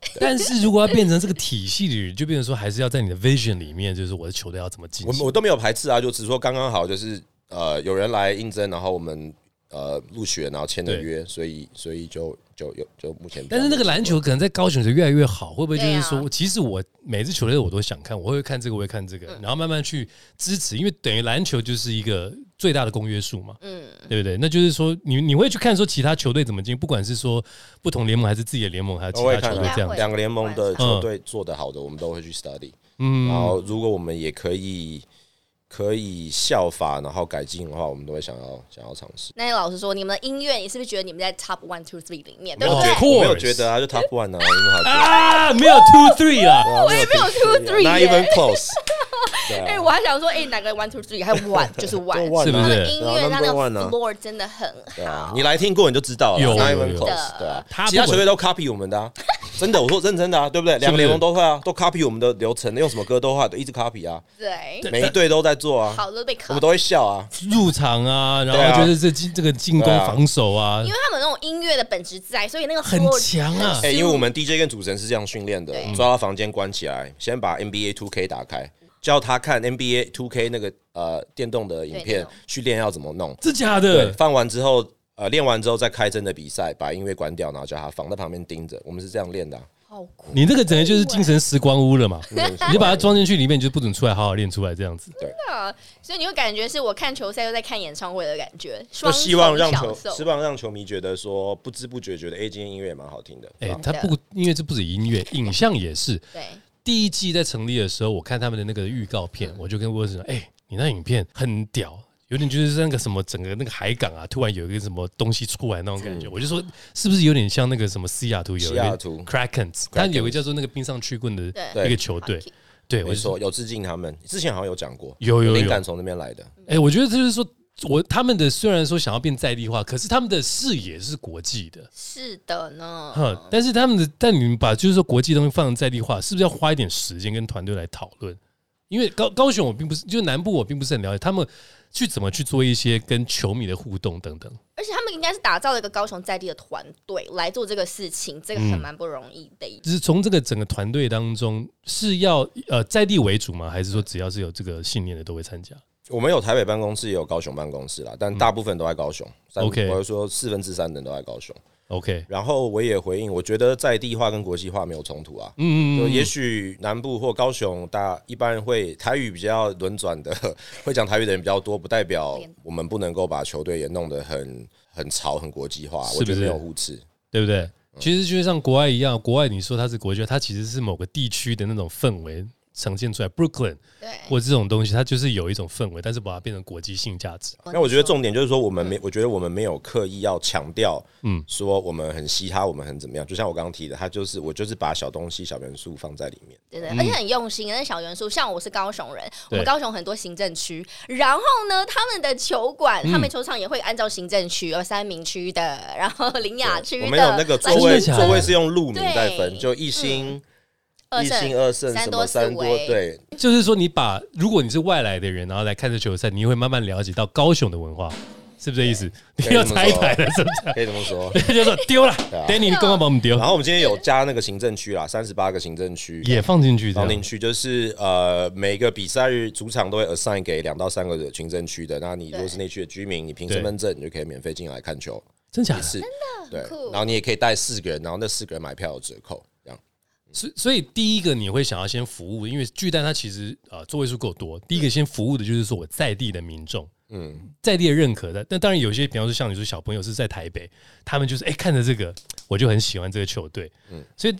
Speaker 1: 但是如果要变成这个体系里，就变成说还是要在你的 vision 里面，就是我的球队要怎么进
Speaker 3: 我
Speaker 1: 行。
Speaker 3: 我都没有排斥啊，就只是说刚刚好，就是呃有人来应征，然后我们呃入学，然后签了
Speaker 1: 对
Speaker 3: 约，所以所以就就有就目前比较
Speaker 1: 但是那个篮球可能在高雄就越来越好，会不会就是
Speaker 2: 对
Speaker 1: 说，其实我每支球队我都想看，我会看这个，我会看这
Speaker 3: 嗯
Speaker 1: 个，然后慢慢去支持，因为等于篮球就是一个最大的公约数嘛，嗯，对不对？那就是说，你你会去看说其他球队怎么进，不管是说不同联盟还是自己的联盟，还是其
Speaker 3: 我会
Speaker 1: 他
Speaker 3: 看
Speaker 1: 球
Speaker 3: 啊
Speaker 1: 队这样
Speaker 2: 会
Speaker 1: 子，
Speaker 3: 两个联盟的球队做得好的，我们都会去 study。
Speaker 1: 嗯
Speaker 3: 然后如果我们也可以可以效法，然后改进的话，我们都会想要想要尝试。
Speaker 2: 那老师说，你们的音乐，你是不是觉得你们在 top one two three 里面，对
Speaker 1: 有
Speaker 2: 不
Speaker 1: 觉
Speaker 2: 对
Speaker 1: 得？
Speaker 3: 我
Speaker 1: course
Speaker 3: 没有觉得啊，就 top one 啊，因为好多
Speaker 1: 啊，没有 two three 啊啦。
Speaker 3: 我也没有
Speaker 2: two three
Speaker 3: not
Speaker 2: 耶
Speaker 3: even close。对
Speaker 2: 哎、
Speaker 3: 啊，
Speaker 2: 我还想说，哎、哪个 one two three 还有 one 就是 one，
Speaker 3: one 啊
Speaker 1: 是不是
Speaker 2: 他的音
Speaker 3: 对
Speaker 2: 乐
Speaker 3: 啊
Speaker 2: 他那个
Speaker 3: number one 啊
Speaker 2: floor 真的很
Speaker 3: 对啊
Speaker 2: 好，，
Speaker 3: 你来听过你就知道了
Speaker 1: 有
Speaker 3: ，not
Speaker 1: 有
Speaker 3: even
Speaker 1: 有
Speaker 3: close。对啊
Speaker 1: 他，
Speaker 3: 其他
Speaker 1: 不
Speaker 3: 球
Speaker 1: 管
Speaker 3: 队都 copy 我 们的啊，真的，我说认真的啊，对不对？两个联盟都会啊，都 copy 我们的流程，用什么歌都会，都一直 copy 啊，
Speaker 2: 对，
Speaker 3: 每一队都在做啊，
Speaker 2: 好的被
Speaker 3: 我
Speaker 2: 考
Speaker 3: 们。都会笑啊。
Speaker 1: 入场啊，然
Speaker 3: 对啊
Speaker 1: 后就是这进这个进攻
Speaker 3: 对啊
Speaker 1: 防守啊
Speaker 2: 因，为他们有那种音乐的本质在，所以那个
Speaker 1: 很
Speaker 2: floor
Speaker 1: 强啊
Speaker 3: 哎、因为我们 DJ 跟主持人是这样训练的，抓到房间关起来，先把 NBA 2K 打开，叫他看 NBA 2K 那个呃电动的影
Speaker 2: 对那
Speaker 3: 片
Speaker 2: 种
Speaker 3: 去练要怎么弄。
Speaker 1: 这假
Speaker 3: 对，
Speaker 1: 的
Speaker 3: 放完之后，呃，练完之后再开真的比赛，把音乐关掉，然后叫他放在旁边盯着。我们是这样练的啊、
Speaker 2: 好酷。
Speaker 1: 你这个等于就是精神时光屋了 嘛？
Speaker 3: 真的是
Speaker 1: 你就把它装进去里面，你就不准出来，好好练出来这样子。
Speaker 2: 所以你会感觉是我看球赛又在看演唱会的感觉，
Speaker 3: 就
Speaker 2: 双
Speaker 3: 希望让球
Speaker 2: 重享，受
Speaker 3: 希望让球迷觉得说，不知不觉觉得，哎、今天音乐也蛮好听的。
Speaker 1: 哎、
Speaker 3: 啊
Speaker 1: 它不，因为这不止音乐，影像也是。
Speaker 2: 对，
Speaker 1: 第一季在成立的时候，我看他们的那个预告片，我就跟沃森说：“哎、你那影片很屌，有点就是那个什么整个那个海港啊，突然有一个什么东西出来那种感觉。我就说是不是有点像那个什么西雅图有一
Speaker 3: 西雅
Speaker 1: 个
Speaker 3: 图
Speaker 1: Krakens，它有一个叫做那个冰上曲棍的
Speaker 2: 对
Speaker 1: 一个球队
Speaker 2: Hockey。
Speaker 1: 对，我
Speaker 3: 没
Speaker 1: 就说，
Speaker 3: 错，有致敬他们，之前好像有讲过，
Speaker 1: 有有有
Speaker 3: 灵感从那边来的。
Speaker 1: 哎、我觉得这就是说。”我他们的虽然说想要变在地化，可是他们的视野是国际的，
Speaker 2: 是的呢。
Speaker 1: 哈，但是他们的，但你们把就是说国际东西放成在地化，是不是要花一点时间跟团队来讨论？因为高高雄我并不是，就南部我并不是很了解，他们去怎么去做一些跟球迷的互动等等。
Speaker 2: 而且他们应该是打造了一个高雄在地的团队来做这个事情，这个
Speaker 3: 嗯
Speaker 2: 很蛮不容易的。
Speaker 1: 就是从这个整个团队当中，是要呃在地为主吗？还是说只要是有这个信念的都会参加？
Speaker 3: 我们有台北办公室，也有高雄办公室啦，但大部分都在高雄。
Speaker 1: 嗯
Speaker 3: 三
Speaker 1: OK
Speaker 3: 我就说四分之三的人都在高雄。
Speaker 1: OK，
Speaker 3: 然后我也回应，我觉得在地化跟国际化没有冲突啊。
Speaker 1: 嗯
Speaker 3: 就也许南部或高雄，大家一般人会台语比较轮转的， 会讲台语的人比较多，不代表我们不能够把球队也弄得很很潮、很国际化。
Speaker 1: 是不是
Speaker 3: 我觉得没有互斥，
Speaker 1: 对不对？其实就像国外一样，国外你说它是国家，它其实是某个地区的那种氛围呈现出来。Brooklyn
Speaker 2: 对，
Speaker 1: 或这种东西，它就是有一种氛围，但是把它变成国际性价值。
Speaker 3: 那我觉得重点就是说，我
Speaker 2: 嗯
Speaker 3: 们没，我觉得我们没有刻意要强调，
Speaker 1: 嗯
Speaker 3: 嗯，说我们很嘻哈，我们很怎么样。就像我刚刚提的，他就是我就是把小东西、小元素放在里面。
Speaker 2: 真的，而且很用心。那小元素，像我是高雄人，我
Speaker 1: 对
Speaker 2: 们高雄很多行政区，然后呢，他们的球馆、他
Speaker 3: 嗯
Speaker 2: 们球场也会按照行政区，有三明区的，然后林雅区的，
Speaker 3: 我们有那个座
Speaker 1: 真的
Speaker 3: 位，
Speaker 1: 假的
Speaker 3: 座位是用路名在分，
Speaker 2: 对嗯
Speaker 3: 就一星、
Speaker 2: 二
Speaker 3: 一
Speaker 2: 圣
Speaker 3: 星、二圣
Speaker 2: 三
Speaker 3: 什
Speaker 2: 多
Speaker 3: 么三
Speaker 2: 四
Speaker 3: 多，
Speaker 2: 维
Speaker 3: 对，
Speaker 1: 就是说，你把如果你是外来的人，然后来看这球赛，你会慢慢了解到高雄的文化，是不是这意思？你
Speaker 3: 对
Speaker 1: 要拆台了，是不
Speaker 3: 可以这么说。
Speaker 1: 是？就说丢了
Speaker 3: 对啊
Speaker 1: ，Danny，你刚刚把我们丢
Speaker 3: 然，后我们今天有加那个行政区啦，三十八个行政区，
Speaker 1: 也放进去，这
Speaker 3: 然后领
Speaker 1: 样
Speaker 3: 区就是呃，每个比赛日主场都会 assign 给两到三个的行政区的。那你如果是那区的居民，你凭身份证你就可以免费进来看球
Speaker 1: 真假
Speaker 3: 一
Speaker 1: 的？
Speaker 3: 次，对
Speaker 2: 酷。
Speaker 3: 然后你也可以带四个人，然后那四个人买票有折扣，这样
Speaker 1: 所以所以第一个你会想要先服务，因为巨蛋它其实呃座位数够多，第一个先服务的就是说我在地的民众。嗯，在地的认可的，但当然有些，比方说像你说小朋友是在台北，他们就是哎、看着这个，我就很喜欢这个球队，嗯，所以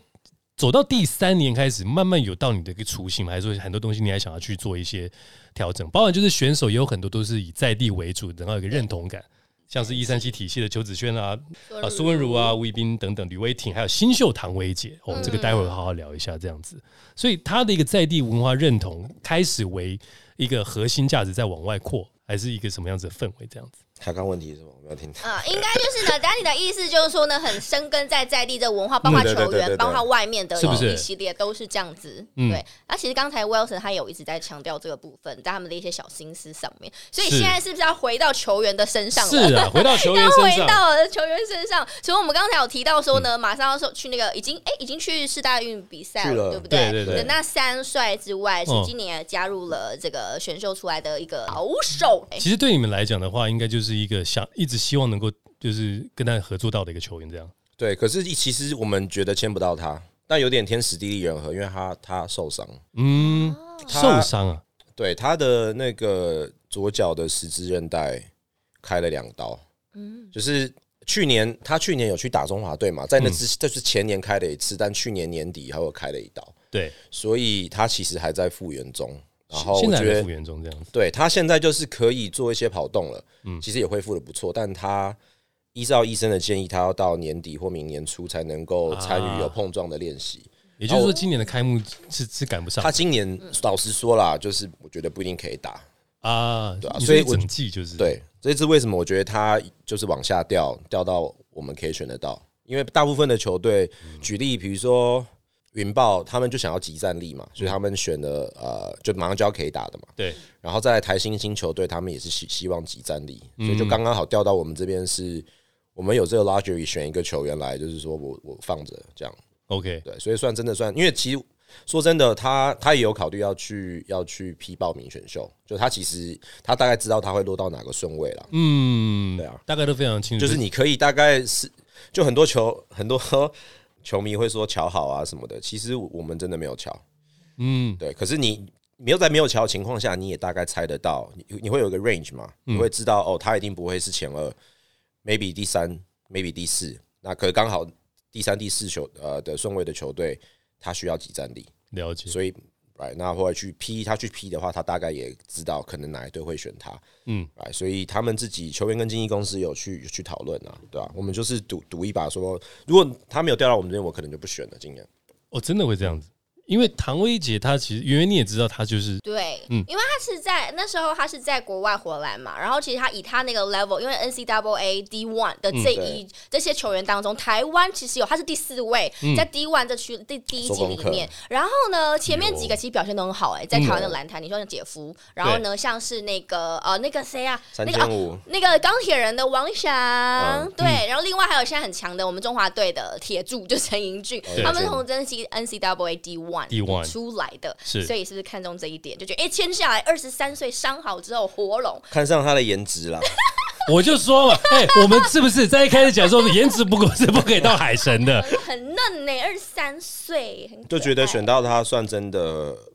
Speaker 1: 走到第三年开始，慢慢有到你的一个雏形吗？还是说很多东西你还想要去做一些调整？包含就是选手也有很多都是以在地为主，然后有一个认同感，像是一三七体系的邱子轩啊、啊苏文如啊、吴以斌等等，吕威挺，还有新秀唐维杰，我、们这个待会儿好好聊一下这样子。所以他的一个在地文化认同开始为一个核心价值在往外扩，还是一个什么样子的氛围这样子？
Speaker 3: 他刚问题是什么？我没有听到。
Speaker 2: 啊、应该就是呢。达你的意思就是说呢，很深根在在地的文化，包括
Speaker 3: 嗯对对对
Speaker 2: 球
Speaker 3: 对对
Speaker 2: 员，
Speaker 3: 对
Speaker 2: 包括外面的
Speaker 1: 是不是
Speaker 2: 一系列都是这样子。
Speaker 1: 嗯
Speaker 2: 对，那其实刚才 Wilson 他有一直在强调这个部分，在他们的一些小心思上面。所以
Speaker 1: 是
Speaker 2: 现在是不是要回到球员的身上了？
Speaker 1: 是啊，回到球员
Speaker 2: 要
Speaker 1: 身
Speaker 2: 回
Speaker 1: 上，
Speaker 2: 到球员身上，所以我们刚才有提到说呢，马上要说去那个已经哎、已经去世大运比赛
Speaker 3: 去
Speaker 2: 了，
Speaker 3: 了
Speaker 2: 对不
Speaker 1: 对对对
Speaker 2: 的那三帅之外，是
Speaker 1: 嗯
Speaker 2: 今年也加入了这个选秀出来的一个好手，哎
Speaker 1: 其实对你们来讲的话，应该就是一个想一直希望能够就是跟他合作到的一个球员这样。
Speaker 3: 对，可是其实我们觉得签不到他，但有点天时地利人和，因为他他受伤，
Speaker 1: 嗯，受
Speaker 3: 他
Speaker 1: 伤啊，
Speaker 3: 对他的那个左脚的十字韧带开了两刀，嗯，就是去年他去年有去打中华队嘛，在那之、就是前年开了一次，但去年年底还有开了一刀，
Speaker 1: 对，
Speaker 3: 所以他其实还在复原中。然后
Speaker 1: 现
Speaker 3: 我
Speaker 1: 在还
Speaker 3: 觉
Speaker 1: 在
Speaker 3: 得
Speaker 1: 复，原中这样子。
Speaker 3: 对他现在就是可以做一些跑动了，嗯，其实也恢复的不错，但他。依照医生的建议，他要到年底或明年初才能够参
Speaker 1: 啊
Speaker 3: 与有碰撞的练习。
Speaker 1: 也就是说，今年的开幕是是赶不上
Speaker 3: 他今年老实说啦，就是我觉得不一定可以打，
Speaker 1: 啊，
Speaker 3: 对啊
Speaker 1: 你
Speaker 3: 所以
Speaker 1: 说
Speaker 3: 我
Speaker 1: 整季就是
Speaker 3: 对，这是为什么我觉得他就是往下掉，掉到我们可以选得到，因为大部分的球队，
Speaker 1: 嗯
Speaker 3: 举例比如说云豹，他们就想要集战力嘛，
Speaker 1: 嗯
Speaker 3: 所以他们选了呃，就马上就要可以打的嘛。
Speaker 1: 对，
Speaker 3: 然后再来台新新球队，他们也是希希望集战力，所以就刚刚好调到我们这边是。我们有这个 luxury 选一个球员来，就是说我我放着这样，
Speaker 1: OK，
Speaker 3: 对，所以算真的算，因为其实说真的，他他也有考虑要去要去批报名选秀，就他其实他大概知道他会落到哪个顺位啦，
Speaker 1: 嗯，
Speaker 3: 对啊，
Speaker 1: 大概都非常清楚，
Speaker 3: 就是你可以大概是就很多球很多 球迷会说瞧好啊什么的，其实我们真的没有瞧。
Speaker 1: 嗯，
Speaker 3: 对，可是你没有在没有瞧的情况下，你也大概猜得到，你你会有一个 range 嘛？你会知道哦，他一定不会是前二，maybe 第三，maybe 第四。那可是刚好第三、第四球呃的顺位的球队，他需要集战力，
Speaker 1: 了解。
Speaker 3: 所以 right 那或者去 P 他去 P 的话，他大概也知道可能哪一队会选他，
Speaker 1: 嗯
Speaker 3: ，right 所以他们自己球员跟经纪公司有去有去讨论啊，对吧、我们就是赌赌一把说如果他没有调到我们这边，我可能就不选了，今年。
Speaker 1: 哦，真的会这样子，因为唐薇姐她其实，因为你也知道，她就是
Speaker 2: 对，
Speaker 1: 嗯
Speaker 2: 因为他是在那时候他是在国外回来嘛，然后其实他以他那个 level，因为 NCAA D one 的
Speaker 3: 嗯
Speaker 2: 这一、这些球员当中，台湾其实有他是第四位，在 D one 这区第第一
Speaker 3: 嗯做
Speaker 2: 集
Speaker 3: 功
Speaker 2: 里
Speaker 3: 课
Speaker 2: 面，然后呢前面几
Speaker 1: 有
Speaker 2: 个其实表现都很好哎、在台湾的篮坛，你说像姐夫，然后呢像是那个呃那个谁啊，那
Speaker 3: 三
Speaker 2: 个、啊
Speaker 3: 千、五，
Speaker 2: 那个钢铁人的王翔，
Speaker 3: 嗯
Speaker 2: 对，然后另外还有现在很强的我们中华队的铁柱，就陈盈俊，
Speaker 1: 对
Speaker 2: 他们是从真 C N C W A D one
Speaker 1: D1
Speaker 2: 出来的，
Speaker 1: 是
Speaker 2: 所以是不是看中这一点，就觉得哎，签、下来二十三岁伤好之后活拢，
Speaker 3: 看上他的颜值啦。
Speaker 1: 我就说嘛， 哎、我们是不是在一开始讲说颜值不够是不可以到海神的？
Speaker 2: 很嫩呢、二十三岁，很可爱
Speaker 3: 就觉得选到他算真的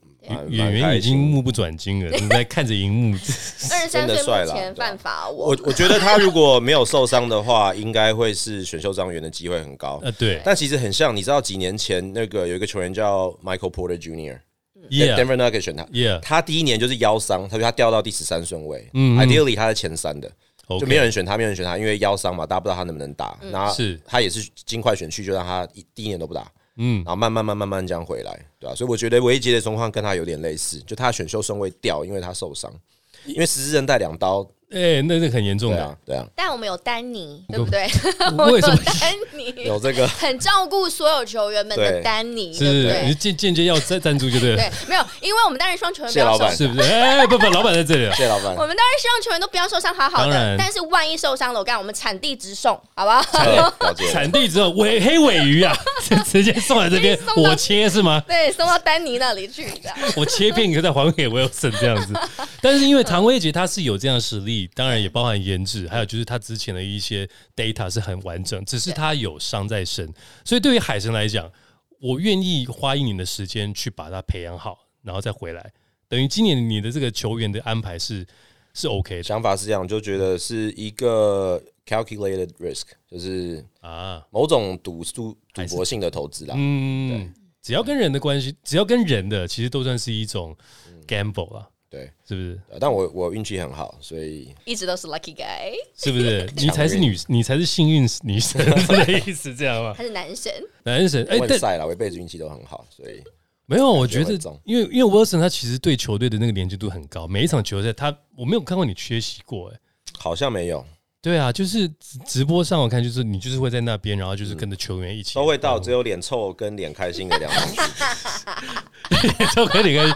Speaker 3: 蛮
Speaker 1: 演
Speaker 3: 蛮
Speaker 1: 员
Speaker 3: 开
Speaker 1: 已经
Speaker 3: 心。
Speaker 1: 目不转睛了，你在看着荧幕。
Speaker 2: 二十三
Speaker 3: 真的
Speaker 2: 岁
Speaker 3: 帅
Speaker 2: 目
Speaker 3: 啦对
Speaker 2: 前
Speaker 3: 啊
Speaker 2: 犯法我
Speaker 3: 我我觉得他如果没有受伤的话，应该会是选秀状元的机会很高。
Speaker 1: 呃，对
Speaker 3: 但其实很像，你知道几年前那个有一个球员叫 Michael Porter Jr.，在
Speaker 1: ，Yeah
Speaker 3: Denver Nuggets 选他，
Speaker 1: Yeah，
Speaker 3: 他第一年就是腰伤，他说他掉到第十三顺位
Speaker 1: 嗯嗯
Speaker 3: ，ideally 他是前三的，就
Speaker 1: OK，
Speaker 3: 没有人选他，没有人选他，因为腰伤嘛，大家不知道他能不能打。那
Speaker 1: 是
Speaker 3: 他也是尽快选去，就让他一第一年都不打，
Speaker 1: 嗯
Speaker 3: 然后慢慢慢慢慢慢这样回来，对啊吧、所以我觉得维杰的状况跟他有点类似，就他的选秀顺位掉，因为他受伤，因为十字韧带两刀，
Speaker 1: 哎、那是很严重
Speaker 3: 对
Speaker 1: 的。
Speaker 3: 啊，对啊，
Speaker 2: 但我们有丹尼，对 不对？我
Speaker 1: 为
Speaker 2: 们
Speaker 1: 什
Speaker 2: 有
Speaker 1: 么
Speaker 2: 丹尼
Speaker 3: 有这个
Speaker 2: 很照顾所有球员们的
Speaker 3: 对
Speaker 2: 丹尼，对不
Speaker 1: 是
Speaker 2: 对？
Speaker 1: 你间间接要赞赞助就对了，
Speaker 2: 对，没有，因为我们当然双球员不
Speaker 3: 谢
Speaker 2: 要
Speaker 3: 老
Speaker 2: 受
Speaker 3: 板
Speaker 1: 是不是？哎、不不，老板在这里了。
Speaker 3: 谢谢老板
Speaker 2: 我，们当然希望球员都不要受伤，好好
Speaker 1: 当
Speaker 2: 的
Speaker 1: 然。
Speaker 2: 但是万一受伤了，我干，我们产地直送，好不好？
Speaker 3: 对了解了。
Speaker 1: 产地只有尾黑尾鱼啊， 直接送来这边
Speaker 2: 直接，送到
Speaker 1: 我切是吗？
Speaker 2: 对，送到丹尼那里去的。
Speaker 1: 我切片可再还给 Wilson 这样子。但是因为唐薇姐她是有这样的实力，当然也包含颜值，还有就是她之前的一些 data 是很完整，只是她有伤在身，所以对于海神来讲，我愿意花一年的时间去把她培养好，然后再回来。等于今年你的这个球员的安排是是 OK 的
Speaker 3: 想法是这样，就觉得是一个 calculated risk，就是
Speaker 1: 啊，
Speaker 3: 某种赌注赌博性的投资啦。
Speaker 1: 嗯，只要跟人的关系，只要跟人的，其实都算是一种 gamble 啦，
Speaker 3: 对，
Speaker 1: 是不是？
Speaker 3: 呃但我我运气很好，所以
Speaker 2: 一直都是 lucky guy，
Speaker 1: 是不是？ 你才是女，你才是幸运女神的意思，这样吗？
Speaker 2: 他是男神，
Speaker 1: 男神，哎、
Speaker 3: 问
Speaker 1: 但
Speaker 3: 赛啦，我一辈子运气都很好，所以
Speaker 1: 没有，我觉得
Speaker 3: 会中，
Speaker 1: 因为因为 Wilson 他其实对球队的那个连接度很高，每一场球赛他我没有看过你缺席过，哎，
Speaker 3: 好像没有
Speaker 1: 对啊，就是直直播上我看就是你就是会在那边，然后就是跟着球员一 起
Speaker 3: 都会到，只有脸臭跟脸开心的两 种。
Speaker 1: 都可以跟，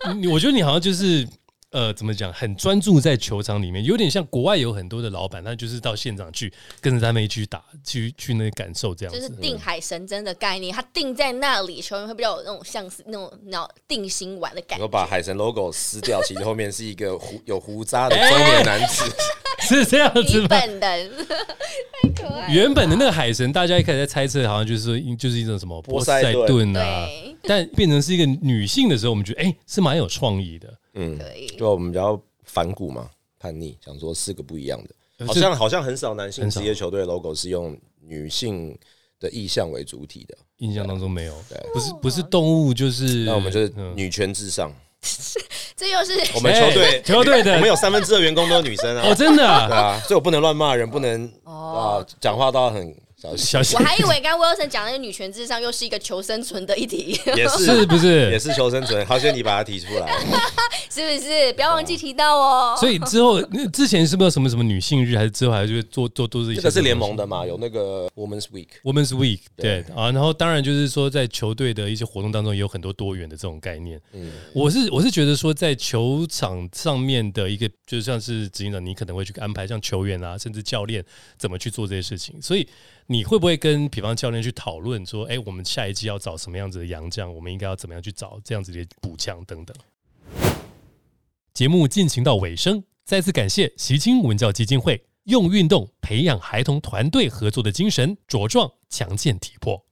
Speaker 1: 但你我觉得你好像就是。呃，怎么讲？很专注在球场里面，有点像国外有很多的老板，他就是到现场去跟着他们一起去打，去去那个感受这样
Speaker 2: 就是
Speaker 1: 子。
Speaker 2: 定海神针的概念，他定在那里，球员会比较有那种像是那种那种定心丸的感
Speaker 3: 然
Speaker 2: 觉
Speaker 3: 后。把海神 logo 撕掉，其实后面是一个胡有胡渣的
Speaker 1: 哎
Speaker 3: 中年男子。
Speaker 1: 是这样 子
Speaker 2: 你
Speaker 1: 吗？
Speaker 2: 本人太可爱了，
Speaker 1: 原本的那个海神，大家一开始在猜测，好像就是说就是一种什么
Speaker 3: 波
Speaker 1: 波
Speaker 3: 塞
Speaker 1: 塞
Speaker 3: 顿
Speaker 1: 顿啊，
Speaker 2: 对
Speaker 1: 但变成是一个女性的时候，我们觉得哎、是蛮有创意的。
Speaker 3: 嗯，
Speaker 2: 可以。
Speaker 3: 就我们比较反骨嘛，叛逆，想说四个不一样的。
Speaker 1: 呃
Speaker 3: 好
Speaker 1: 这
Speaker 3: 像好像很少男性
Speaker 1: 很少
Speaker 3: 职业球队的 logo 是用女性的意象为主体的，
Speaker 1: 印象当中没有
Speaker 3: 对，
Speaker 1: 不是不是动物就是，
Speaker 3: 那我们就是
Speaker 1: 嗯
Speaker 3: 女权 至上。
Speaker 2: 这又是
Speaker 3: 我们球队
Speaker 1: 哎球队
Speaker 3: 我
Speaker 1: 的
Speaker 3: 们有三分之二员工都是女生
Speaker 1: 哦，
Speaker 3: 啊，
Speaker 1: 真的
Speaker 3: 对
Speaker 1: 啊
Speaker 3: 啊，所以我不能乱骂人，不能
Speaker 2: 哦
Speaker 3: 啊讲话都要很小心，
Speaker 1: 小心
Speaker 2: 我，还以为刚刚 Wilson 讲那个女权至上又是一个求生存的议题，
Speaker 3: 也
Speaker 1: 是
Speaker 3: 是
Speaker 1: 不
Speaker 3: 也
Speaker 1: 是？
Speaker 3: 是求生存。好险你把它提出来，
Speaker 2: 是不是？不要忘记提到哦。
Speaker 1: 所以之后那之前是不是有什么什么女性日，还是之后还是做做做这些？
Speaker 3: 这个是联盟的嘛，有那个 Women's Week。
Speaker 1: Women's Week，对
Speaker 3: 对
Speaker 1: 啊，然后当然就是说，在球队的一些活动当中，也有很多多元的这种概念。嗯，我是我是觉得说，在球场上面的一个，就像是执行长，你可能会去安排像球员啊，甚至教练怎么去做这些事情。所以你会不会跟比方教练去讨论说，哎、我们下一季要找什么样子的洋将，我们应该要怎么样去找这样子的补强等等？节目进行到尾声，再次感谢习清文教基金会用运动培养孩童团队合作的精神，茁壮强健体魄。